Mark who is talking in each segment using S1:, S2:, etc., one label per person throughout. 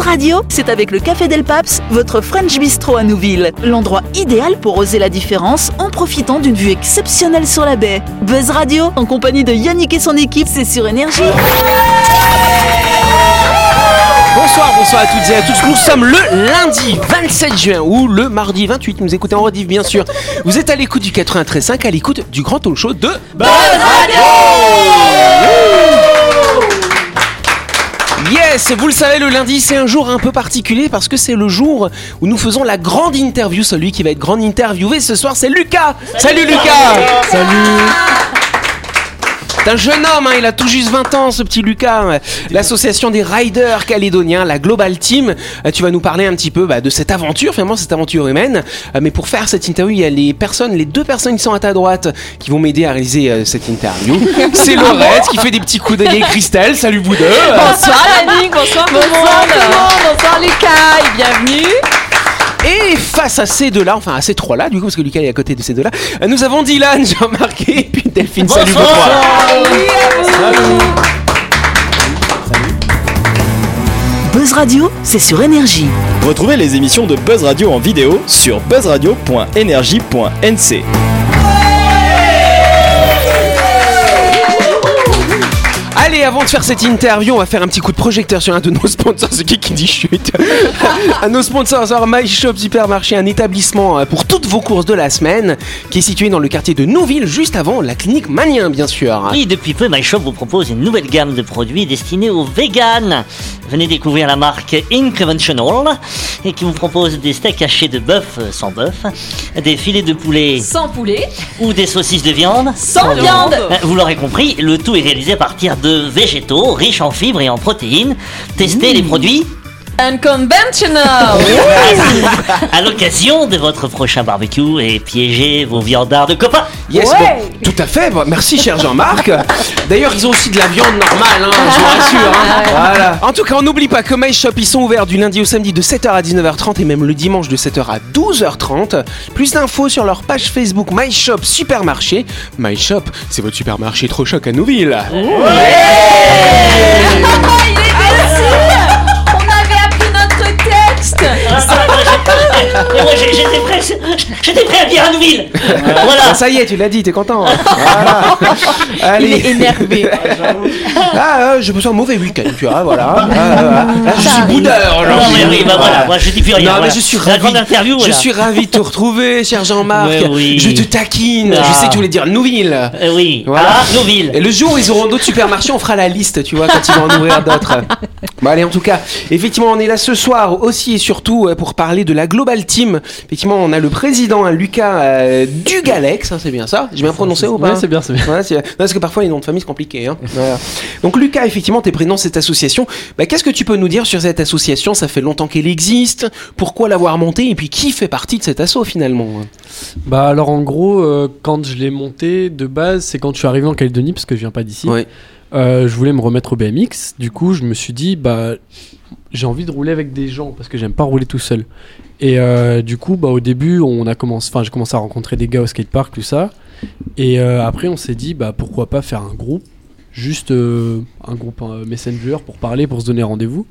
S1: Radio, c'est avec le Café Del Paps, votre French Bistro à Nouville. L'endroit idéal pour oser la différence en profitant d'une vue exceptionnelle sur la baie. Buzz Radio, en compagnie de Yannick et son équipe, c'est sur Énergie.
S2: Bonsoir, bonsoir à toutes et à tous. Nous sommes le lundi 27 juin ou le mardi 28. Nous écoutez en rediff, bien sûr. Vous êtes à l'écoute du 93.5, à l'écoute du grand talk show de Buzz Radio Yes, vous le savez, le lundi, c'est un jour un peu particulier parce que c'est le jour où nous faisons la grande interview. Celui qui va être grand interviewé ce soir, c'est Lucas. Salut, Lucas. Salut. C'est un jeune homme, hein, il a tout juste 20 ans, ce petit Lucas. hein. L'association des riders calédoniens, la Global Team. Euh, Tu vas nous parler un petit peu bah, de cette aventure, finalement, cette aventure humaine. Euh, Mais pour faire cette interview, il y a les personnes, les deux personnes qui sont à ta droite, qui vont m'aider à réaliser euh, cette interview. C'est Laurette qui fait des petits coups d'œil et Christelle. Salut Boudeux.
S3: Bonsoir Yannick, bonsoir, tout le monde. bonsoir Lucas et bienvenue.
S2: Et face à ces deux-là, enfin à ces trois-là, du coup, parce que Lucas est à côté de ces deux-là, euh, nous avons Dylan, j'ai remarqué, et puis Delphine. Salut vous trois.
S1: Buzz Radio, c'est sur Énergie.
S4: Retrouvez les émissions de Buzz Radio en vidéo sur buzzradio.energie.nc.
S2: Allez, avant de faire cette interview, on va faire un petit coup de projecteur sur un de nos sponsors. C'est qui qui dit chute Un de nos sponsors, alors My Shop Supermarché, un établissement euh, pour toutes vos courses de la semaine, qui est situé dans le quartier de Nouville, juste avant la clinique Manien, bien sûr.
S5: Oui, depuis peu, My Shop vous propose une nouvelle gamme de produits destinés aux véganes. Venez découvrir la marque Inconventional, et qui vous propose des steaks hachés de bœuf euh, sans bœuf, des filets de poulet
S3: Sans poulet,
S5: ou des saucisses de viande.
S3: sans viande.
S5: Euh, Vous l'aurez compris, le tout est réalisé à partir de végétaux riches en fibres et en protéines. Testez les produits
S3: Unconventional.
S5: à l'occasion de votre prochain barbecue et piégez vos viandards de copains.
S2: Yes, bon, tout à fait. bon, merci, cher Jean-Marc. D'ailleurs, ils ont aussi de la viande normale, hein, je vous rassure. hein. Voilà. En tout cas, on n'oublie pas que My Shop, ils sont ouverts du lundi au samedi de 7h à 19h30 et même le dimanche de 7h à 12h30. Plus d'infos sur leur page Facebook My Shop Supermarché. My Shop, c'est votre supermarché trop choc à Nouville.
S3: Ah, Il est facile. On avait appris notre texte.
S5: Et moi, j'ai- j'étais prêt, j'étais prêt à dire à Nouville. Voilà.
S2: Ah, ça y est, tu l'as dit, t'es content. hein. Voilà. Allez.
S3: Il est énervé.
S2: Ah, euh, j'ai besoin un mauvais week-end, tu vois, voilà. Ah, ah, ah, je suis boudeur
S5: Non,
S2: aujourd'hui.
S5: mais oui, bah voilà, moi je dis plus rien.
S2: Ah, Non,
S5: voilà.
S2: mais je suis
S5: La
S2: ravi.
S5: grande interview,
S2: Je
S5: voilà.
S2: suis ravi de te retrouver, cher Jean-Marc.
S5: Ouais, oui.
S2: Je te taquine.
S5: Ah.
S2: Je sais que tu voulais dire Nouville.
S5: Euh, oui,
S2: Voilà.
S5: à Nouville.
S2: Et le jour où ils auront d'autres supermarchés, on fera la liste, tu vois, quand ils vont en ouvrir d'autres. Bon, allez, en tout cas, effectivement, on est là ce soir aussi et surtout euh, pour parler de la Global Team. Effectivement, on a le président, hein, Lucas euh, Dugalex, hein, c'est bien ça J'ai bien prononcé ou pas
S6: Ouais, c'est bien, c'est bien.
S2: Ouais, c'est- non, parce que parfois les noms de famille c'est compliqué. hein. Voilà. Donc Lucas, effectivement, t'es président de cette association. Bah, Qu'est-ce que tu peux nous dire sur cette association Ça fait longtemps qu'elle existe. Pourquoi l'avoir montée Et puis qui fait partie de cet asso finalement
S6: Bah alors en gros, euh, quand je l'ai monté de base, c'est quand je suis arrivé en Calédonie parce que je viens pas d'ici.
S2: Ouais.
S6: Euh, je voulais me remettre au BMX. Du coup, je me suis dit bah j'ai envie de rouler avec des gens parce que j'aime pas rouler tout seul. Et euh, du coup, bah au début, on a commencé, enfin j'ai commencé à rencontrer des gars au skatepark tout ça. Et euh, après, on s'est dit bah pourquoi pas faire un groupe, juste euh, un groupe euh, messenger pour parler, pour se donner rendez-vous.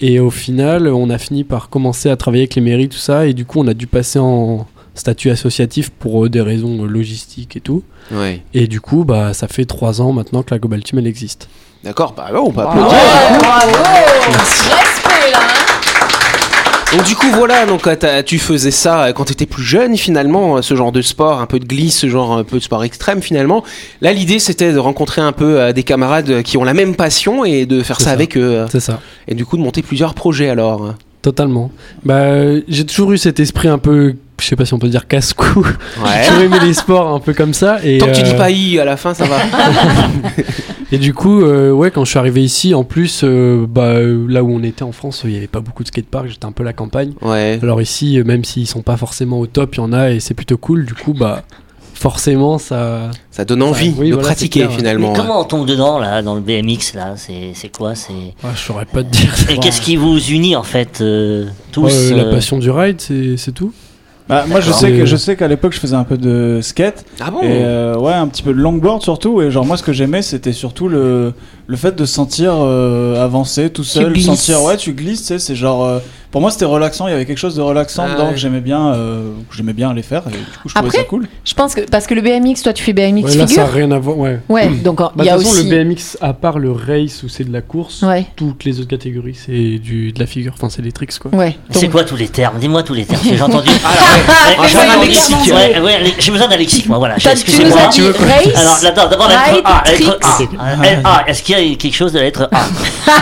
S6: Et au final, on a fini par commencer à travailler avec les mairies, tout ça. Et du coup, on a dû passer en statut associatif pour euh, des raisons euh, logistiques et tout.
S2: Ouais.
S6: Et du coup, bah, ça fait trois ans maintenant que la Global Team, elle existe.
S2: D'accord. Bah, on peut
S3: Ouais,
S2: applaudir.
S3: bravo. Respect là. hein.
S2: Donc du coup voilà, donc euh, t'as- tu faisais ça euh, quand t'étais plus jeune finalement, euh, ce genre de sport, un peu de glisse, ce genre un peu de sport extrême finalement. Là l'idée c'était de rencontrer un peu euh, des camarades euh, qui ont la même passion et de faire
S6: C'est
S2: ça,
S6: ça.
S2: avec eux. euh,
S6: C'est ça.
S2: Et du coup de monter plusieurs projets alors.
S6: Totalement. Bah, euh, j'ai toujours eu cet esprit un peu, je sais pas si on peut dire casse-cou. J'ai toujours aimé les sports un peu comme ça. Et,
S2: Eh ah Tant que tu
S6: euh,
S2: dis pas i à la fin ça va.
S6: Et du coup, euh, ouais, quand je suis arrivé ici, en plus, euh, bah, euh, là où on était en France, il n'y avait pas beaucoup de skatepark, j'étais un peu la campagne.
S2: Ouais.
S6: Alors ici, euh, même s'ils sont pas forcément au top, il y en a et c'est plutôt cool. Du coup, bah forcément, ça.
S2: Ça donne envie
S6: oui,
S2: de
S6: voilà,
S2: pratiquer
S6: c'est clair, ouais.
S2: finalement. hein.
S5: Mais comment on tombe dedans là, dans le BMX là C'est c'est quoi C'est
S6: Ah, je saurais pas te dire.
S5: Et qu'est-ce qui vous unit en fait euh, tous
S6: Euh,
S5: euh,
S6: La passion du ride, c'est c'est tout.
S7: Bah, moi, je
S2: D'accord.
S7: sais
S6: Mais-
S7: que je sais qu'à l'époque, je faisais un peu de skate
S2: Ah bon
S7: et euh, ouais, un petit peu de longboard surtout. Et genre moi, ce que j'aimais, c'était surtout le le fait de sentir euh, avancer tout seul,
S3: glisses.
S7: sentir ouais, tu glisses. tu sais, C'est genre euh, pour moi, c'était relaxant. Il y avait quelque chose de relaxant
S2: Ah
S7: dedans
S2: ouais.
S7: que j'aimais bien, euh, que j'aimais bien aller faire. Et du coup, je
S3: Après,
S7: trouvais ça cool.
S3: Je pense que parce que le BMX, toi, tu fais BMX
S6: Ouais, là, ça
S3: figure.
S6: n'a rien à voir. Ouais.
S3: Ouais, donc en- il
S6: Bah,
S3: y
S6: de
S3: a
S6: toute façon,
S3: aussi.
S6: le BMX, à part le race où c'est de la course,
S3: Ouais,
S6: toutes les autres catégories, c'est du, de la figure. Enfin, c'est des tricks, quoi.
S3: ouais.
S5: C'est quoi tous les termes Dis-moi tous les termes, j'ai entendu.
S2: Ah, on va
S5: j'ai
S2: faire un
S5: entendu-
S2: lexique.
S5: Ouais, ouais, allez, j'ai besoin d'un lexique, moi, voilà.
S3: T'as- Tu nous
S5: Excusez-moi.
S3: as dit race.
S5: Alors, là, attends, d'abord la lettre
S3: Ride,
S5: A. la lettre
S3: tricks.
S5: A. Euh, L- A. Est-ce qu'il y a quelque chose de la lettre A
S2: Ah,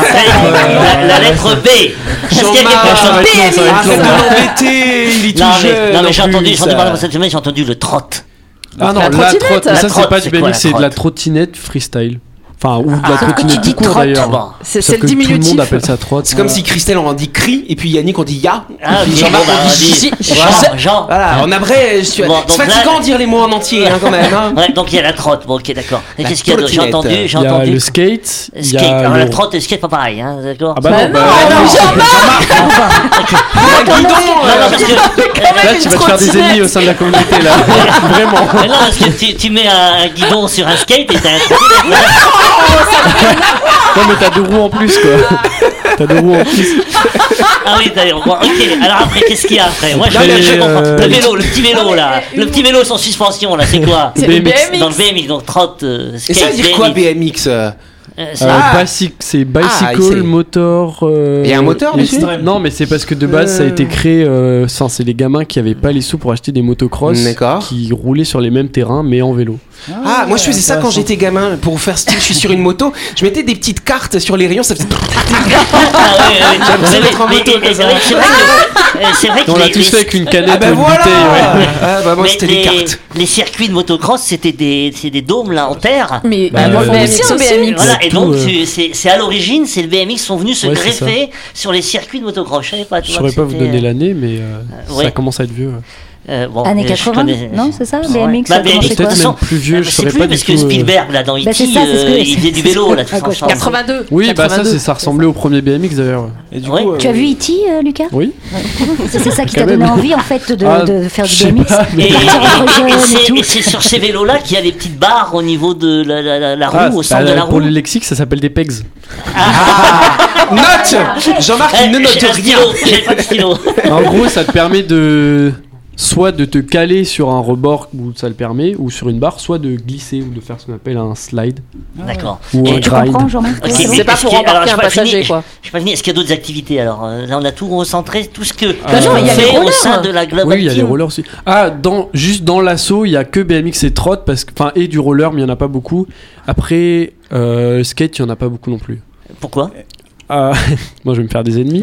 S5: Après, la, la lettre B. Est-ce qu'il y a quelque chose
S2: Jean-Marc,
S3: BMX.
S2: arrête de l'embêter, il est tout
S5: Non, mais,
S2: jeune,
S5: non, mais
S2: en
S5: j'ai
S2: plus,
S5: entendu, j'en ai
S2: ça.
S5: parlé cette semaine, j'ai entendu le trotte.
S6: Ah non,
S3: La trottinette.
S6: trotte-
S3: La
S6: ça, c'est
S5: trotte,
S6: pas du
S5: c'est quoi,
S6: BMX,
S5: la
S6: c'est de la
S5: trotte
S6: trottinette freestyle. Enfin, ou de la
S5: Ah,
S6: trottinette
S5: tu
S6: tout
S5: dis
S6: court
S5: trotte,
S3: bah,
S6: d'ailleurs.
S5: Ah bon.
S1: C'est
S6: Sauf
S1: celle
S6: que tout le
S1: diminutif.
S6: monde appelle ça trotte.
S2: C'est comme si Christelle on dit cri et puis Yannick on dit ya.
S5: Ah,
S2: Et
S5: ok,
S2: Jean-Marc
S5: bon, bah,
S2: on dit
S5: on dit
S2: si.
S5: Jean, Jean.
S2: Voilà, on a vrai, je suis-
S5: Bon,
S2: c'est
S5: donc là-
S2: fatigant de dire les mots en entier hein, quand même. hein.
S5: Ouais, donc il y a la trotte, bon, ok, d'accord. Et
S2: La
S5: qu'est-ce qu'il y a d'autre J'ai
S2: trottinette.
S5: entendu, j'ai
S6: Il y a
S5: entendu.
S6: le skate, il y
S5: Skate,
S6: a
S5: alors
S6: le-
S5: la trotte et skate, pas pareil, hein, d'accord
S4: Ah bah, non, bah,
S2: Ah, dis
S5: Non,
S2: donc,
S5: non, parce que,
S6: Là, tu vas te faire des ennemis au sein de la communauté, là. Vraiment.
S5: mais non, parce que tu, tu mets un guidon sur un skate et t'as un trottinette.
S6: Non, mais t'as deux roues en plus, quoi. T'as deux roues en plus.
S5: Ah oui, d'ailleurs. Bon, ok, alors après, qu'est-ce qu'il y a après Moi, je
S2: Non,
S5: veux
S2: mais
S5: je
S2: euh,
S5: comprends. Le vélo, le petit vélo là. Le petit vélo sans suspension là, c'est quoi
S3: C'est
S6: le
S3: le
S6: BMX.
S3: BMX.
S5: Dans le BMX, donc trotte, euh,
S2: Et
S5: skate,
S2: ça veut dire quoi
S5: BMX?
S2: BMX euh
S5: Euh,
S6: Euh,
S5: ça-
S2: Ah.
S6: basic- c'est
S2: Ah, il sait.
S6: bicycle, motor. euh,
S2: Il y a un moteur
S6: et-
S2: dessus
S6: Non, mais c'est parce que de base, ça a été créé. euh, ça, c'est les gamins qui avaient pas les sous pour acheter des motocross.
S2: D'accord.
S6: Qui roulaient sur les mêmes terrains, mais en vélo.
S2: Ah, moi je faisais ça quand j'étais gamin pour vous faire style, je suis sur une moto, je mettais des petites cartes sur les rayons, ça faisait
S5: Ah oui, oui, oui.
S2: J'aime bien
S5: Mais-
S2: être en
S5: mais-
S2: moto,
S5: mais-
S2: comme ça.
S5: mais C'est vrai que, euh, c'est vrai que
S6: On l'a
S5: les,
S6: tous fait
S5: les,
S6: avec une canette
S2: Ah bah
S6: ou une
S2: voilà
S6: bouteille. ouais.
S2: Ah bah moi
S5: mais
S2: c'était
S5: les-
S2: des cartes.
S5: les circuits de motocross, c'était des, c'est des dômes là en terre.
S3: Mais
S6: Bah,
S3: le
S6: ouais, ouais.
S3: BMX
S5: Et
S3: aussi.
S5: Voilà, et
S6: tout,
S5: donc
S6: euh.
S5: tu- c'est c'est à l'origine, c'est le BMX sont venus se
S6: Ouais, c'est ça.
S5: greffer sur les circuits de motocross. Je savais pas, tu
S6: Je
S5: vois
S6: saurais
S5: que
S6: pas vous
S5: c'était,
S6: donner l'année, mais euh,
S5: ouais.
S6: ça commence à être vieux. ouais.
S5: euh, bon,
S8: Années
S5: je
S8: 80,
S5: connais-
S8: non, c'est ça,
S5: Ouais.
S8: BMX, ça
S5: Bah,
S8: a commencé
S5: BMX, de toute
S6: Peut-être même
S5: façon,
S6: plus vieux, je
S5: Ah, Je sais
S6: saurais
S5: plus
S6: pas du
S5: parce
S6: tout.
S5: que
S6: euh,
S5: Spielberg là dans E.T.
S8: Bah, c'est ça, c'est ce que-
S5: euh, il faisait du vélo là tout
S8: à quoi je
S5: ensemble.
S3: 82.
S6: Oui, bah ça,
S3: 82.
S6: c'est- ça ressemblait au premier BMX d'ailleurs.
S7: Et du
S5: Ouais.
S7: coup, euh,
S8: Tu as vu E.T., euh, Lucas
S6: Oui.
S8: C'est c'est ça qui t'a
S6: Quand même.
S8: donné envie, en fait, de,
S6: Ah,
S8: de faire
S6: je
S8: du
S6: sais
S8: BMX
S6: pas,
S5: Et,
S8: de partir entre
S5: et- et- et
S8: jeunes et
S5: c'est-
S8: tout.
S5: et c'est sur ces vélos-là qu'il y a des petites barres au niveau de la, la- la- la roue,
S6: Ah,
S5: au
S6: bah,
S5: centre de la
S6: pour
S5: roue.
S6: le lexique, ça s'appelle des pegs.
S2: Note Jean-Marc
S5: Eh,
S2: il ne note
S5: j'ai un
S2: rien
S5: stylo, J'ai pas de stylo.
S6: En gros, ça te permet de soit de te caler sur un rebord où ça le permet, ou sur une barre, soit de glisser ou de faire ce qu'on appelle un slide
S5: D'accord.
S6: ou
S5: Et
S6: un
S8: Tu
S6: grind.
S8: comprends, Jean-Marc
S5: Ok,
S8: Ouais,
S5: mais
S8: c'est
S3: C'est pas
S5: est-ce
S3: pour
S5: qu'il y a- alors,
S3: embarquer
S5: j'ai
S3: un
S5: pas
S3: passager,
S5: fini.
S3: quoi.
S5: Je sais pas fini, est-ce qu'il y a d'autres activités Alors euh, là, on a tout recentré, tout ce que
S3: non, il y a les
S5: fait au
S3: rollers.
S5: sein de la global
S6: Oui, il y a les
S5: team.
S6: rollers aussi. Ah, dans, juste dans l'assaut, il y a que BMX et trot parce que, enfin, et du roller, mais il y en a pas beaucoup. Après, euh, skate, il y en a pas beaucoup non plus.
S5: Pourquoi
S6: Ah, moi, je vais me faire des ennemis.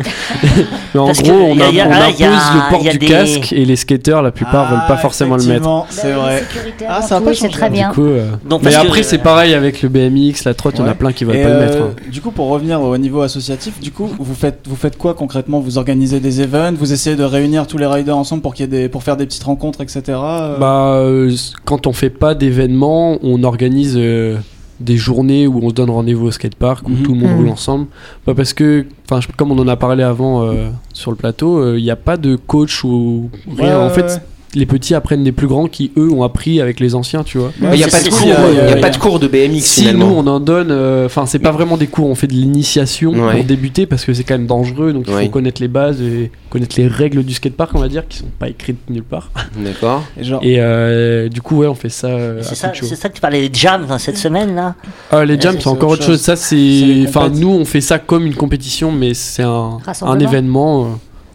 S6: mais en
S5: Parce que
S6: gros, on,
S5: y a-
S6: a-
S5: y a-
S6: on
S5: ah,
S6: impose
S5: y a-
S6: le port
S5: y a
S6: du
S5: des-
S6: casque et les skateurs, la plupart, veulent pas
S7: ah,
S6: forcément le mettre.
S7: effectivement, C'est
S8: Bah,
S7: vrai.
S8: sécurité
S7: Ah,
S8: avant
S7: ça a
S8: tout,
S7: pas
S8: et C'est
S7: changé.
S8: très
S6: Du
S8: bien.
S6: coup, euh,
S5: Donc,
S6: mais
S5: parce que-
S6: après, c'est pareil avec le BMX, la trotte, il y en a
S7: Ouais.
S6: plein qui veulent
S7: Et,
S6: pas le
S7: euh,
S6: mettre. hein.
S7: Du coup, pour revenir au niveau associatif, du coup, vous faites, vous faites quoi concrètement Vous organisez des events, vous essayez de réunir tous les riders ensemble pour qu'il y ait des, pour faire des petites rencontres, etc. euh,
S6: Bah, euh, s- quand on fait pas d'événements, on organise euh, des journées où on se donne rendez-vous au skatepark, où
S7: Mhm.
S6: tout le monde
S3: Mhm.
S6: roule ensemble. Bah, parce que, enfin, je- comme on en a parlé avant euh, sur le plateau, il n'y a pas de coach ou rien.
S7: ouais,
S6: en
S7: ouais,
S6: fait,
S7: ouais.
S6: les petits apprennent des plus grands qui, eux, ont appris avec les anciens, tu vois.
S2: Il n'y a
S5: Ouais,
S2: pas de
S5: c'est-
S2: cours,
S5: c'est-
S2: euh,
S7: euh,
S2: y a
S7: y
S2: pas
S7: a-
S2: de cours de BMX
S6: Si nous
S2: finalement.
S6: on en donne, euh, enfin c'est pas vraiment des cours, on fait de l'initiation
S2: Ouais.
S6: pour débuter parce que c'est quand même dangereux, donc il
S2: Ouais.
S6: faut connaître les bases et connaître les règles du skatepark, on va dire, qui sont pas écrites nulle part.
S2: Ah. D'accord.
S7: Et genre,
S6: Et euh, du coup ouais, on fait ça. euh, à
S5: C'est ça,
S6: Pucho.
S5: c'est ça que tu parlais des jams dans cette semaine là
S6: Ah, les
S5: Euh,
S6: jams,
S5: c'est-
S6: c'est encore
S7: c'est
S6: autre
S7: autre
S6: chose. Ça, c'est.
S7: les
S6: Enfin,
S7: compètes.
S6: nous, on fait ça comme une compétition, mais c'est un, un
S8: Rassemblement.
S6: événement euh,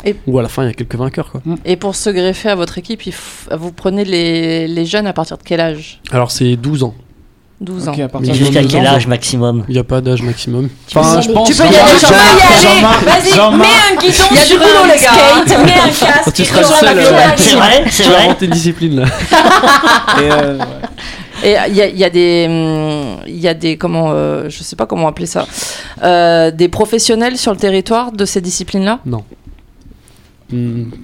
S3: Et-
S6: où à la fin, il y a quelques vainqueurs. Quoi.
S3: Et pour se greffer à votre équipe, il f- vous prenez les, les jeunes à partir de quel âge
S6: Alors, c'est 12 ans.
S3: 12
S7: ok,
S3: ans.
S7: à partir
S6: Mais
S7: de
S5: Jusqu'à
S7: 12
S5: quel
S7: ans,
S5: âge maximum
S6: Il n'y a pas d'âge
S8: peux
S6: maximum.
S8: y
S6: Enfin, je
S8: aller.
S6: pense.
S8: Tu
S3: peux y aller,
S7: Jean-Marc, Jean-Marc,
S3: un guidon Il y a du boulot, les gars
S8: mets un casque.
S6: Oh, Tu seras le seul.
S3: Ah,
S6: euh,
S5: C'est vrai, c'est
S6: Tu vas
S5: vrai.
S6: inventer une discipline là.
S7: et, euh, ouais.
S3: Et euh, il y a, il y a des, hum, il y a des comment, euh, je sais pas comment appeler ça, euh, des professionnels sur le territoire de ces disciplines-là.
S6: hmm,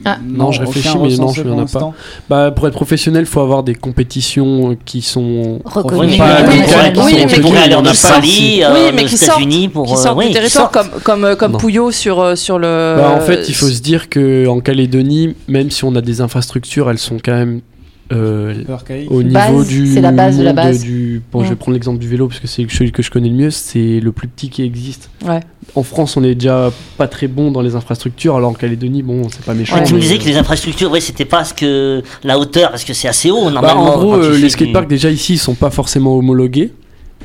S3: Ah.
S6: Non, je
S7: aucun
S6: réfléchis, mais non,
S7: recensé
S6: je
S7: pour
S6: n'en ai pas.
S7: l'instant.
S6: Bah, pour être professionnel, il faut avoir des compétitions euh, qui sont.
S8: Reconnu.
S6: Pas
S8: Oui, oui,
S6: locales, qui sont
S3: mais qui
S5: qui pourrait
S6: reconnues,
S5: aller
S6: il y en
S5: en
S6: a pas.
S5: Australie,
S3: Oui,
S5: euh,
S3: mais
S5: aux
S3: qui sortent-
S5: États-Unis pour.
S3: qui
S5: euh,
S3: sortent
S5: oui,
S3: du
S5: qui
S3: territoire
S5: sortent.
S3: comme comme euh, comme
S6: Non.
S3: Pouillot sur euh, sur le.
S6: Bah, en fait, il faut se dire que en Calédonie, même si on a des infrastructures, elles sont quand même euh,
S7: Peu archaïque.
S6: au niveau
S9: Base,
S6: du.
S9: c'est la base de la
S6: monde
S9: base.
S6: du- Bon, je vais
S3: Mm.
S6: prendre l'exemple du vélo parce que c'est celui que je connais le mieux. C'est le plus petit qui existe.
S3: Ouais.
S6: En France, on est déjà pas très bon dans les infrastructures, alors en Calédonie, bon, c'est pas méchant.
S5: Ouais, tu me
S6: mais- euh,
S5: disais que les infrastructures, ouais, c'était pas ce que la hauteur, parce que c'est assez haut
S6: Bah,
S5: normalement.
S6: en gros,
S5: quand tu
S6: euh,
S5: fais
S6: les
S5: du-
S6: skateparks déjà ici ils sont pas forcément homologués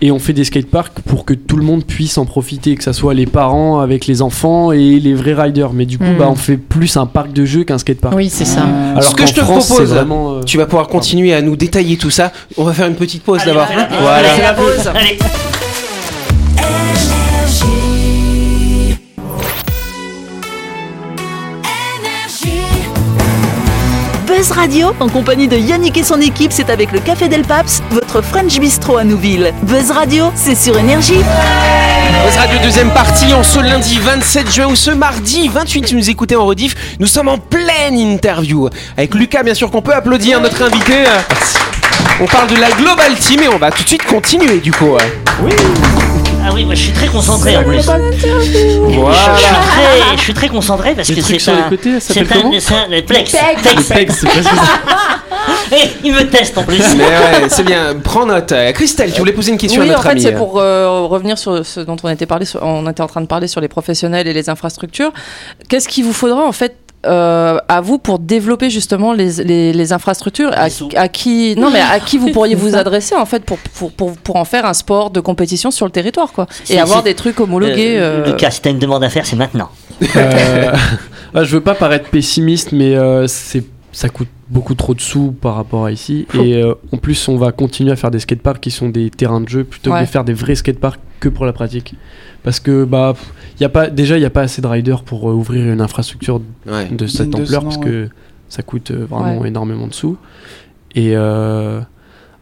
S6: et on fait des skateparks pour que tout le monde puisse en profiter, que ça soit les parents avec les enfants et les vrais riders. Mais du coup,
S9: Mm.
S6: bah, on fait plus un parc de jeux qu'un skatepark.
S9: Oui, c'est ça.
S2: Ce que
S6: qu'en
S2: je te
S6: France, c'est
S2: propose,
S6: vraiment, euh,
S2: Tu vas pouvoir continuer à nous détailler tout ça. On va faire une petite pause
S5: Allez,
S2: d'abord.
S5: on va faire la-
S2: Voilà.
S5: allez, la pause. Allez.
S1: Buzz Radio, en compagnie de Yannick et son équipe, c'est avec le Café Del Paps, votre French Bistro à Nouville. Buzz Radio, c'est sur Énergie.
S2: Buzz Radio deuxième partie en ce lundi 27 juin ou ce mardi 28 si vous nous écoutez en rediff. Nous sommes en pleine interview avec Lucas bien sûr qu'on peut applaudir notre invité. On parle de la Global Team et on va tout de suite continuer du coup.
S5: Ah oui, moi je suis très concentré en plus. Je,
S2: Voilà.
S5: suis très, je suis très concentré parce
S6: Les
S5: que
S6: trucs
S5: c'est
S6: sur les
S5: un.
S6: côtés, ça
S5: C'est
S6: s'appelle
S5: un.
S6: comment
S5: C'est un. le Plex.
S8: Plex.
S5: Plex.
S6: Pegs, c'est presque ça.
S5: Eh, Il me teste en plus.
S2: Mais ouais, c'est bien. Prends note. Euh, Christelle, tu voulais poser une question
S3: oui,
S2: à notre
S3: en fait,
S2: ami.
S3: c'est pour euh, revenir sur ce dont on était parlé, sur- on était en train de parler sur les professionnels et les infrastructures. Qu'est-ce qu'il vous faudra en fait euh, à vous pour développer justement les, les, les infrastructures à,
S5: Les sous.
S3: à qui non mais à qui vous pourriez vous
S9: ça.
S3: adresser en fait pour, pour, pour, pour en faire un sport de compétition sur le territoire quoi
S5: C'est-
S3: et avoir
S5: c'est-
S3: des trucs homologués
S5: Euh,
S3: euh,
S5: Lucas, si t'as une demande à faire, c'est maintenant.
S6: Euh, ah, je veux pas paraître pessimiste, mais euh, c'est ça coûte beaucoup trop de sous par rapport à ici. Et euh, en plus, on va continuer à faire des skateparks qui sont des terrains de jeu plutôt que
S3: Ouais.
S6: de faire des vrais skateparks que pour la pratique. Parce que bah, pff, y a pas, déjà, il n'y a pas assez de riders pour euh, ouvrir une infrastructure
S2: Ouais.
S6: de cette
S7: Mine de
S6: ampleur
S7: cent,
S6: parce
S7: ouais.
S6: que ça coûte euh, vraiment
S3: Ouais.
S6: énormément de sous. Et euh,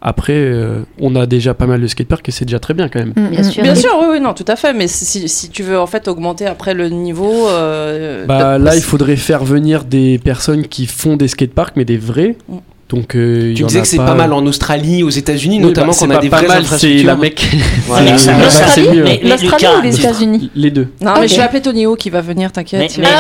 S6: après, euh, on a déjà pas mal de skateparks et c'est déjà très bien quand même.
S9: Mm,
S8: Bien
S9: mm.
S8: sûr.
S3: Bien sûr, oui, oui, non, tout à fait. Mais si- si, si tu veux en fait augmenter après le niveau, euh,
S6: Bah,
S3: de-
S6: là, il faudrait faire venir des personnes qui font des skateparks, mais des vrais.
S3: Mm.
S6: Donc, euh, il y
S2: Tu
S6: en
S2: disais
S6: a
S2: que c'est pas... mal en Australie, aux États-Unis,
S6: Oui,
S2: notamment
S6: bah, c'est
S2: qu'on a
S6: pas
S2: des
S6: pas
S2: vraies
S6: mal, C'est
S2: infrastructures.
S6: la mec.
S5: Voilà.
S6: C'est-
S5: L'Australie,
S6: là-bas, c'est mieux.
S5: mais-
S6: ouais.
S5: mais
S9: L'Australie
S5: Lucas,
S9: ou les États-Unis
S6: Les deux.
S3: Non, mais
S9: Ok.
S3: je vais appeler Tony Hawk, il va venir,
S5: Mais,
S3: t'inquiète. Ah, il
S5: mais-
S3: va-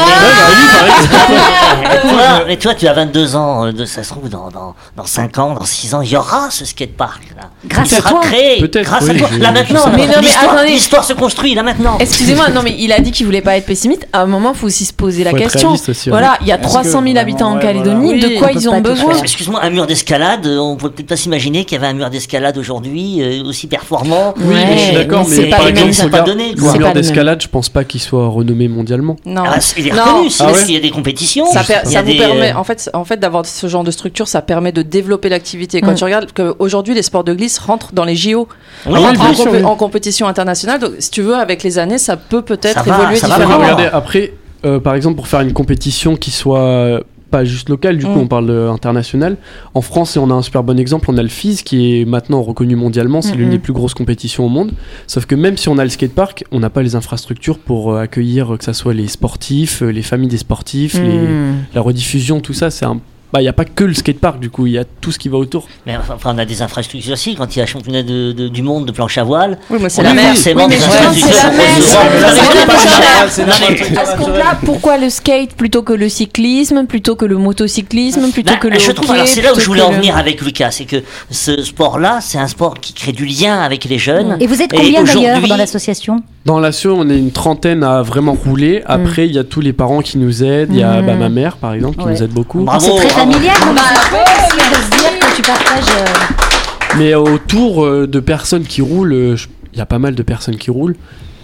S5: mais- mais toi, mais toi, tu as 22 ans, euh, de, ça se trouve, dans, dans, dans 5 ans, dans 6 ans, il y aura ce skatepark. Là.
S8: Grâce
S5: Il
S8: à
S5: sera
S8: Ah, toi.
S5: créé,
S6: Peut-être,
S5: Grâce à
S6: oui,
S5: toi.
S6: je-
S5: Là
S6: je
S5: maintenant,
S9: sais. Mais non, mais
S5: l'histoire-
S9: attendez.
S5: l'histoire se construit, là maintenant.
S9: Excusez-moi, non mais il a dit qu'il voulait pas être pessimiste. À un moment, faut aussi se poser la
S6: Faut être
S9: question.
S6: réaliste aussi, hein.
S9: Voilà, il y a
S7: Est-ce que
S9: 300 000
S7: vraiment,
S9: habitants en
S7: ouais,
S9: Calédonie.
S3: voilà.
S9: De quoi
S8: Oui,
S9: ils
S8: on
S9: ont
S8: peut pas tout
S9: besoin
S8: faire.
S5: Excuse-moi, un mur d'escalade, euh, on peut peut-être pas s'imaginer qu'il y avait un mur d'escalade aujourd'hui euh, aussi performant.
S6: Oui, mais je suis
S9: Ouais,
S6: d'accord,
S9: mais
S6: mais,
S9: c'est pas
S6: par
S9: les mêmes,
S6: exemple,
S9: ça
S6: si on
S5: va
S6: regarde
S5: donner,
S9: quoi.
S6: le
S9: C'est pas
S6: mur
S9: les mêmes.
S6: d'escalade, je pense pas qu'il soit renommé mondialement.
S3: Non.
S5: Ah, il est
S3: Non.
S5: reconnu, c'est
S6: Ah
S5: parce
S6: ouais
S5: qu'il y a des compétitions.
S3: Ça, per-
S5: il y
S3: ça
S5: a
S3: vous
S5: des- euh,
S3: permet, en fait, en fait d'avoir ce genre de structure, ça permet de développer l'activité. Quand
S9: Mm.
S3: tu regardes qu'aujourd'hui, les sports de glisse rentrent dans les JO,
S5: Oui,
S6: Ah ouais,
S3: rentrent
S6: bien
S3: en,
S6: sûr,
S3: compé-
S6: oui.
S3: en compétition internationale. Donc, si tu veux, avec les années, ça peut
S5: Ça
S3: peut-être
S5: va,
S3: évoluer
S5: ça
S9: Ah,
S5: va,
S3: différemment.
S5: vraiment.
S6: Regardez, après, euh, par exemple, pour faire une compétition qui soit euh, pas juste locale, du coup,
S3: Mm.
S6: on parle euh, international. En France, et on a un super bon exemple, on a le FIS qui est maintenant reconnu mondialement, c'est
S9: Mm,
S6: l'une
S9: mm.
S6: des plus grosses compétitions au monde. Sauf que même si on a le skatepark, on n'a pas les infrastructures pour euh, accueillir euh, que ça soit les sportifs, euh, les familles des sportifs, les-
S3: Mm.
S9: Hmm.
S6: la rediffusion, tout ça, c'est un. Bah, il n'y a pas que le skatepark, du coup, il y a tout ce qui va autour.
S5: Mais enfin, on a des infrastructures aussi. Quand il y a championnat de- de- du monde de planche à voile,
S3: Oui, mais c'est
S5: on
S3: la
S5: a
S3: mer.
S5: forcément
S9: Oui, mais
S5: des
S9: justement,
S5: infrastructures.
S9: c'est la mer,
S5: pour-
S9: c'est la mer,
S5: Non, mais-
S9: c'est la mer.
S7: C'est
S5: Non, mais-
S7: normal.
S9: À ce compte-là, pourquoi le skate plutôt que le cyclisme, plutôt que le motocyclisme, plutôt
S5: Bah,
S9: que le
S5: je trouve,
S9: hockey,
S5: alors c'est là où
S9: plutôt
S5: je voulais
S9: que
S5: en
S9: le-
S5: venir avec Lucas, c'est que ce sport-là, c'est un sport qui crée du lien avec les jeunes.
S8: Et vous êtes
S5: Et
S8: combien d'ailleurs
S5: aujourd'hui-
S8: dans l'association
S6: Dans l'assaut, on est une trentaine à vraiment rouler. Après, il y a tous les parents qui nous aident. Il y a
S9: Mm.
S6: bah, ma mère, par exemple, qui
S8: Ouais.
S6: nous aide beaucoup.
S5: Bravo,
S8: Ah, C'est très
S5: bravo.
S8: familial. non, mais c'est beau aussi de se dire que tu partages. euh,
S6: Mais autour euh, de personnes qui roulent, euh, je- il y a pas mal de personnes qui roulent,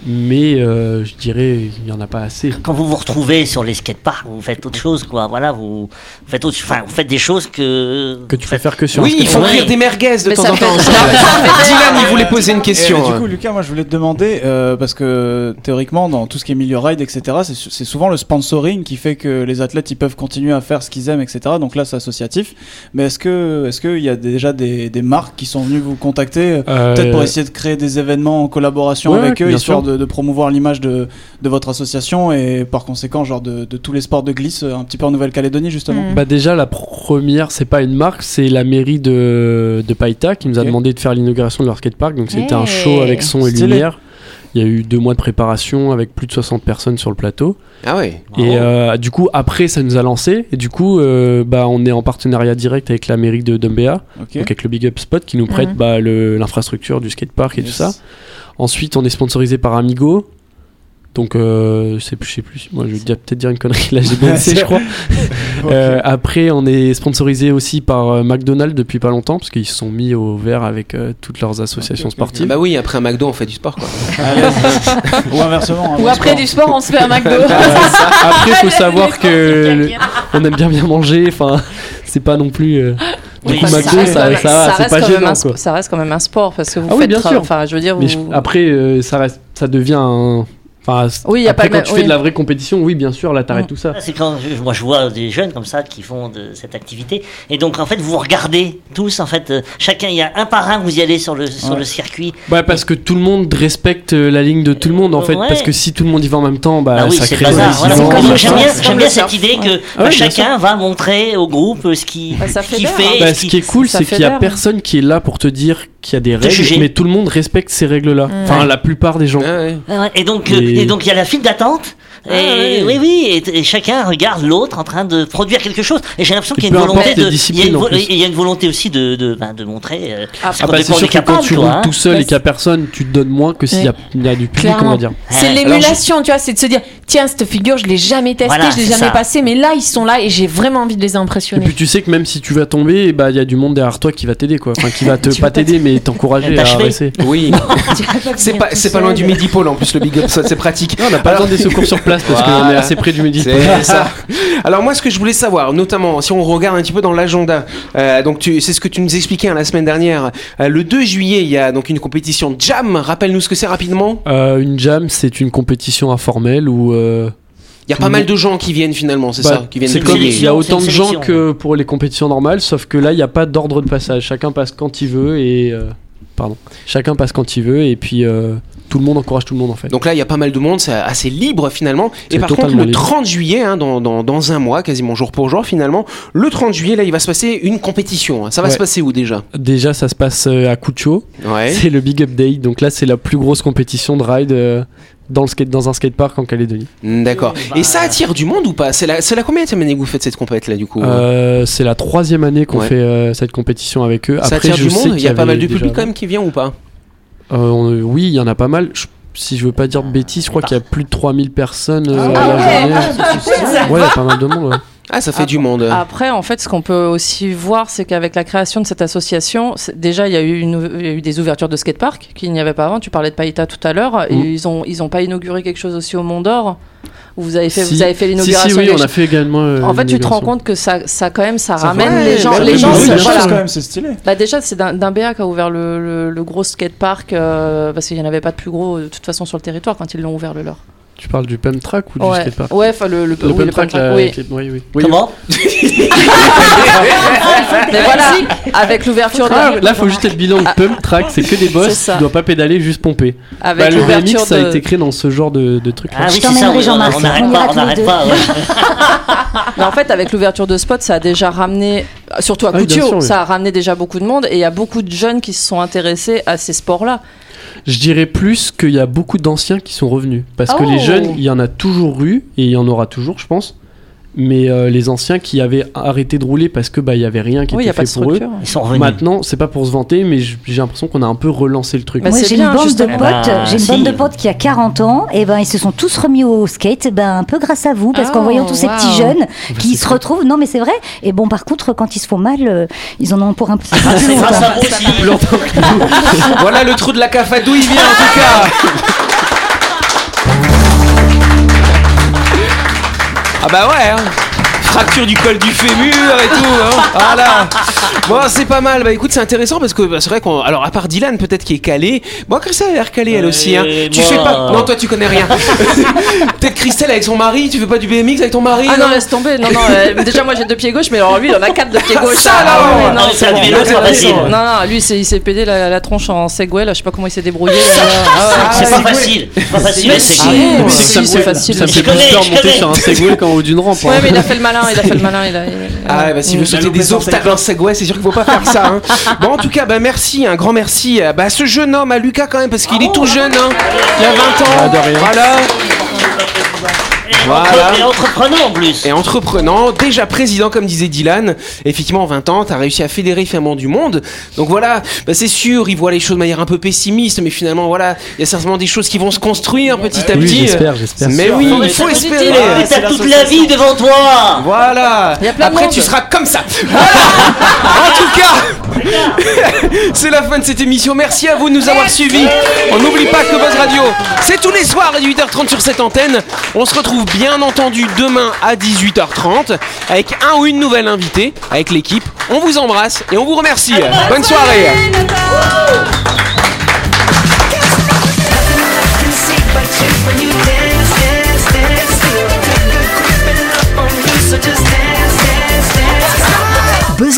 S6: mais euh, je dirais il n'y en a pas assez.
S5: Quand vous vous retrouvez sur les skateparks, vous faites autre chose, quoi. Voilà, vous vous faites, autre- enfin, vous faites des choses que.
S6: Que tu
S5: faites-
S6: préfères que sur
S2: Oui,
S6: un
S2: il faut
S5: Ouais.
S2: cuire des
S3: Mais
S2: merguez de temps
S3: ça
S2: en temps.
S3: fait-
S2: Dylan, il voulait poser une
S7: Et,
S2: question. hein.
S7: mais du coup, Lucas, moi je voulais te demander, euh, parce que théoriquement, dans tout ce qui est milieu ride, etc., c'est su- c'est souvent le sponsoring qui fait que les athlètes ils peuvent continuer à faire ce qu'ils aiment, etc. Donc là, c'est associatif. Mais est-ce que est-ce qu'il y a déjà des, des marques qui sont venues vous contacter euh,
S6: Euh,
S7: Peut-être pour essayer de créer des événements en collaboration
S6: ouais,
S7: avec eux,
S6: bien
S7: histoire
S6: sûr.
S7: de, de promouvoir l'image de, de votre association et par conséquent, genre de, de tous les sports de glisse, euh, un petit peu en Nouvelle-Calédonie justement.
S9: Mm.
S6: Bah déjà la première, c'est pas une marque, c'est la mairie de, de Païta qui nous a
S7: Ok.
S6: demandé de faire l'inauguration de leur skatepark. Donc c'était un
S9: Hey.
S6: show avec son et
S7: Stylé.
S6: lumière. Il y a eu deux mois de préparation avec plus de 60 personnes sur le plateau.
S2: Ah ouais.
S6: Et euh, du coup après ça nous a lancé. Et du coup euh, bah on est en partenariat direct avec la mairie de Dumbéa,
S3: Mm.
S7: Ok.
S6: donc avec le Big Up Spot qui nous prête
S9: Mhm.
S6: bah, le- l'infrastructure du skatepark et tout
S7: Yes.
S6: ça. Ensuite on est sponsorisé par Amigo. Donc euh, je sais plus, je sais plus. Moi je vais dire- peut-être dire une connerie là, j'ai bien essayé, je crois. Euh, après, on est sponsorisé aussi par euh, McDonald's depuis pas longtemps, parce qu'ils se sont mis au vert avec euh, toutes leurs associations sportives.
S2: Ah bah oui, après un McDo, on fait du sport quoi.
S7: Ah, yes. Ou inversement. hein,
S9: Ou
S7: bon
S9: après
S7: sport.
S9: du sport, on se fait un McDo.
S6: Euh, Après, faut savoir que le- on aime bien bien manger. Enfin, c'est pas non plus. euh, Du
S5: Oui,
S6: coup,
S5: ça
S6: McDo,
S3: reste quand
S6: ça,
S3: même-
S6: ça va,
S3: ça
S6: c'est
S3: reste
S6: pas
S3: quand même
S6: gênant.
S3: un
S6: quoi.
S3: sp- Ça reste quand même un sport parce que vous
S6: Ah oui,
S3: faites.
S6: bien
S3: tra-
S6: sûr.
S3: Enfin, je veux dire,
S6: Mais je-
S3: vous-
S6: après, euh, ça reste, ça devient. un- Enfin, c-
S3: Oui, y a
S6: après,
S3: pas le
S6: quand
S3: même-
S6: tu fais
S3: oui.
S6: de la vraie compétition, oui, bien sûr, là, t'arrêtes tout ça.
S5: C'est quand je- moi je vois des jeunes comme ça qui font de cette activité et donc en fait vous regardez tous en fait euh, chacun il y a un par un vous y allez sur le sur
S7: Ouais.
S5: le circuit
S6: Ouais, parce que tout le monde respecte euh, la ligne de tout le monde, en fait.
S5: Ouais.
S6: Parce que si tout le monde y va en même temps, bah,
S5: Ah oui
S6: ça
S5: c'est
S6: crée des
S5: bazar voilà.
S6: divisions,
S9: C'est comme-
S5: Donc,
S6: machin.
S5: j'aime bien,
S9: c'est
S5: j'aime
S9: comme
S5: bien
S9: le
S5: cette
S9: surf,
S5: idée que euh,
S6: Ah ouais, bien
S5: chacun va montrer au groupe ce qui
S3: Bah, ça
S5: ce qu'il
S3: fédère,
S5: fait
S3: hein.
S5: et
S6: Bah,
S5: ce
S6: ce
S5: qui-
S6: qui est cool,
S3: ça
S6: c'est
S3: fait
S6: qu'il y a
S3: l'air.
S6: personne qui est là pour te dire qu'il y a des
S5: juger. Mm.
S6: règles, mais tout le monde respecte ces règles-là. Enfin, la plupart des gens.
S2: Ah ouais.
S5: Ouais, ouais. Et donc, euh,
S6: Et-
S5: et donc il y a la file d'attente.
S6: Ah
S5: Et oui,
S2: ouais.
S5: oui, et, et chacun regarde l'autre en train de produire quelque chose. Et j'ai l'impression
S6: Et
S5: qu'il y a une
S6: peu importe
S5: volonté
S6: les
S5: de, il y a
S6: disciplines,
S5: une,
S6: en
S5: vo-
S6: plus.
S5: et il y a une volonté aussi de, de, ben, de montrer. euh,
S3: Ah,
S5: ce
S6: Ah
S5: qu'on
S6: bah
S5: est
S6: c'est
S5: pour
S6: sûr
S5: les
S6: que quand
S5: capables,
S6: tu
S5: quoi,
S6: roules
S5: hein.
S6: tout seul
S9: Ouais,
S6: et qu'il y a personne, tu te donnes moins que s'il y a- il y a du public, on
S9: Clairement.
S6: va dire.
S9: C'est
S5: Ouais.
S9: l'émulation, tu vois, c'est de se dire tiens, cette figure, je l'ai jamais testée,
S5: Voilà,
S9: je l'ai
S5: c'est
S9: jamais
S5: ça.
S9: passée, mais là, ils sont là et j'ai vraiment envie de les
S6: Et
S9: impressionner.
S6: puis tu sais que même si tu vas tomber, eh bah il y a du monde derrière toi qui va t'aider quoi, enfin qui va te
S9: Tu
S6: pas
S9: vas pas
S6: t'aider mais t'encourager à
S5: T'achever.
S6: rester.
S2: Oui.
S9: Tu vas venir
S2: C'est pas,
S9: tout
S2: c'est pas loin
S9: seul.
S2: du Medipôle en plus le Big Up Spot, c'est pratique.
S6: On n'a pas besoin des secours sur place parce qu'on est
S2: Voilà.
S6: assez près du midi.
S2: C'est ça. Alors moi, ce que je voulais savoir, notamment si on regarde un petit peu dans l'agenda, euh, donc tu- c'est ce que tu nous expliquais hein, la semaine dernière. Euh, le 2 juillet, il y a donc une compétition Jam. Rappelle-nous ce que c'est rapidement.
S6: Euh, une jam, c'est une compétition informelle où euh,
S2: Il y a
S6: Tout
S2: pas
S6: le
S2: mal
S6: monde-
S2: de gens qui viennent finalement, c'est
S6: Bah,
S2: ça, qui viennent
S6: C'est
S5: de
S6: comme
S5: sélection,
S6: il y a
S5: c'est
S6: autant
S5: une
S6: de gens
S5: sélection.
S6: que pour les compétitions normales, sauf que là il n'y a pas d'ordre de passage. Chacun passe quand il veut et euh, pardon, chacun passe quand il veut et puis euh, tout le monde encourage tout le monde en fait.
S2: Donc là, il y a pas mal de monde, c'est assez libre finalement. Et
S6: C'est
S2: par contre,
S6: totalement
S2: le
S6: libre.
S2: 30 juillet, hein, dans, dans, dans un mois, quasiment jour pour jour finalement, le 30 juillet, là, il va se passer une compétition. hein. Ça va
S6: Ouais.
S2: se passer où déjà
S6: Déjà ça se passe euh, à Cuccio,
S2: Ouais.
S6: c'est le Big Up Day, donc là c'est la plus grosse compétition de ride euh, dans le skate dans un skatepark en Calédonie.
S2: Mm, D'accord.
S5: Bah,
S2: Et ça attire du monde ou pas C'est la, c'est la combien de semaines que vous faites cette compète là du coup
S6: Euh, c'est la troisième année qu'on
S2: Ouais.
S6: fait euh, cette compétition avec eux.
S2: Ça
S6: Après
S2: attire
S6: je
S2: du
S6: sais
S2: monde Il
S6: qu'il
S2: y a pas
S6: avait
S2: mal de
S6: déjà-
S2: public quand même qui vient ou pas
S6: Euh, on- euh, oui, il y en a pas mal. Je- si je veux pas dire
S5: Ah,
S6: de bêtises, je crois qu'il y a plus de 3000 personnes euh, à la journée.
S5: ah,
S6: ouais, il y a pas mal de monde. ouais.
S2: Ah, ça fait du monde.
S3: Après, en fait, ce qu'on peut aussi voir, c'est qu'avec la création de cette association, c'est- déjà, il y, a eu une- il y a eu des ouvertures de skatepark qu'il n'y avait pas avant. Tu parlais de Païta tout à l'heure. Et
S6: Mm.
S3: Ils n'ont ils ont pas inauguré quelque chose aussi au Mont d'Or. où Vous avez fait,
S6: Si.
S3: vous avez fait
S6: Si,
S3: l'inauguration.
S6: si, oui,
S3: de
S6: on a
S3: quelque
S6: fait également. euh,
S3: chose. En fait, tu te rends
S6: l'inauguration.
S3: compte que ça, ça quand même, ça,
S7: Ça
S3: ramène
S2: fait-
S3: les gens.
S2: ouais,
S3: les
S7: Mais
S3: gens,
S7: oui,
S6: bouger,
S3: c'est-
S7: la
S3: voilà.
S7: chose, quand même, c'est stylé.
S3: Bah déjà, c'est d'un d'un BA qui a ouvert le, le, le gros skatepark euh, parce qu'il n'y en avait pas de plus gros euh, de toute façon sur le territoire quand ils l'ont ouvert le leur.
S6: Tu parles du pump track ou du
S3: ouais,
S6: skatepark
S3: ouais, enfin, le, le, oui,
S6: Le pump
S3: le pump
S6: track,
S3: track,
S6: là,
S3: oui.
S6: qui- oui, oui. Oui,
S5: Comment
S3: Mais voilà, avec l'ouverture de
S6: Ah, là, faut juste être bilan. Le pump track, c'est que
S3: Ah.
S6: des
S3: C'est
S6: bosses.
S3: ça.
S6: Tu dois pas pédaler, juste pomper.
S3: avec
S6: bah, le BMX,
S3: l'ouverture
S6: ça a
S3: de-
S6: été créé dans ce genre de, de truc.
S5: Ah oui, c'est ça,
S8: t'emmènerai,
S5: oui, on
S8: Jean-Marc.
S5: on n'arrête
S8: On
S5: pas,
S8: ira
S5: on
S8: tous les
S5: n'arrête
S8: deux.
S5: pas. ouais.
S3: Mais en fait, avec l'ouverture de Spot, ça a déjà ramené, surtout à
S6: Ah oui, bien
S3: Coutio,
S6: sûr, oui.
S3: ça a ramené déjà beaucoup de monde et il y a beaucoup de jeunes qui se sont intéressés à ces sports-là.
S6: Je dirais plus qu'il y a beaucoup d'anciens qui sont revenus. Parce que les
S3: Oh.
S6: jeunes, il y en a toujours eu, et il y en aura toujours, je pense. Mais euh, les anciens qui avaient arrêté de rouler parce que bah, il y avait rien qui
S3: Oui, il n'y
S6: était
S3: a pas de
S6: fait pour eux.
S3: structure.
S5: Ils sont revenus.
S6: Maintenant, c'est pas pour se vanter, mais j- j'ai l'impression qu'on a un peu relancé le truc.
S3: Bah,
S8: Moi,
S3: c'est
S8: j'ai
S3: bien,
S8: une bande de
S3: justement.
S8: potes,
S5: Bah,
S8: j'ai une
S5: si.
S8: bande de potes qui a 40 ans, et ben ils se sont tous remis au skate, ben un peu grâce à vous, parce qu'en
S3: Oh,
S8: voyant tous ces petits
S3: wow.
S8: jeunes
S6: Bah,
S8: qui
S6: c'est
S8: se retrouvent, non mais c'est vrai, et bon par contre quand ils se font mal, euh, ils en ont pour un petit peu
S5: Ah,
S8: plus
S5: c'est grâce
S8: longtemps.
S5: à vous aussi.
S2: voilà le trou de la caffe, d'où il vient en tout cas Ah bah ouais hein. Fracture du col du fémur et tout, hein. voilà. Bon, c'est pas mal. Bah écoute, c'est intéressant parce que bah, c'est vrai qu'on. Alors, à part Dylan, peut-être qui est calé. Bon, Christelle a l'air calée elle aussi. Hein.
S5: Euh,
S2: Tu
S5: moi-
S2: fais pas. Non, toi, tu connais rien. peut-être Christelle avec son mari. Tu fais pas du BMX avec ton mari
S3: Ah non,
S2: non
S3: laisse tomber. Non, non, euh, déjà, moi, j'ai deux pieds gauches, mais alors lui, il en a quatre de pieds gauche.
S2: Ça,
S3: Ah,
S2: alors,
S3: ouais,
S2: ouais.
S3: non,
S5: Ah,
S3: c'est
S5: ça,
S3: bon.
S5: du vélo, c'est pas facile.
S3: Non, non, lui, c'est- il s'est pédé la, la tronche en Segway, là, je sais pas comment il s'est débrouillé. là. Ah, ouais.
S5: C'est pas facile. C'est pas facile.
S3: Mais
S5: mais
S3: si,
S5: c'est-
S3: mais
S6: mais
S3: si,
S6: c'est que ça
S3: c'est
S6: me-
S3: facile.
S6: Ça me
S5: Je
S6: fait plus
S5: connais,
S6: peur
S5: je
S6: monter
S5: connais.
S6: sur un Segway qu'en haut d'une rampe. hein.
S3: Ouais, mais il a fait le malin, il a fait le malin. Il a,
S2: Ah bah s'il veut sauter des obstacles en Segway, c'est sûr qu'il faut pas faire ça. hein. Bon en tout cas, bah merci, un grand merci à bah, à ce jeune homme, à Lucas quand même, parce qu'il est tout jeune, hein. il a 20 ans, voilà,
S5: Et
S2: Voilà.
S5: entre- Et entrepreneur en plus.
S2: Ah, et entreprenant, déjà président comme disait Dylan. Effectivement, en 20 ans, t'as réussi à fédérer finalement du monde. Donc voilà, bah, c'est sûr, il voit les choses de manière un peu pessimiste, mais finalement voilà, il y a certainement des choses qui vont se construire petit à
S6: Oui,
S2: petit.
S6: j'espère, j'espère.
S2: Mais oui, il faut
S3: positif.
S2: espérer.
S5: Ah, mais
S7: c'est
S5: T'as
S7: la
S5: toute la vie devant toi.
S2: Voilà.
S3: Il y a plein de
S2: Après,
S3: monde.
S2: tu seras comme ça. Voilà. en tout cas, c'est la fin de cette émission. Merci à vous de nous avoir suivis. On n'oublie pas que Buzz Radio, c'est tous les soirs à 18h30 sur cette antenne. On se retrouve bien entendu demain à 18h30 avec un ou une nouvelle invitée avec l'équipe. On vous embrasse et on vous remercie. Bonne soirée.
S1: Buzz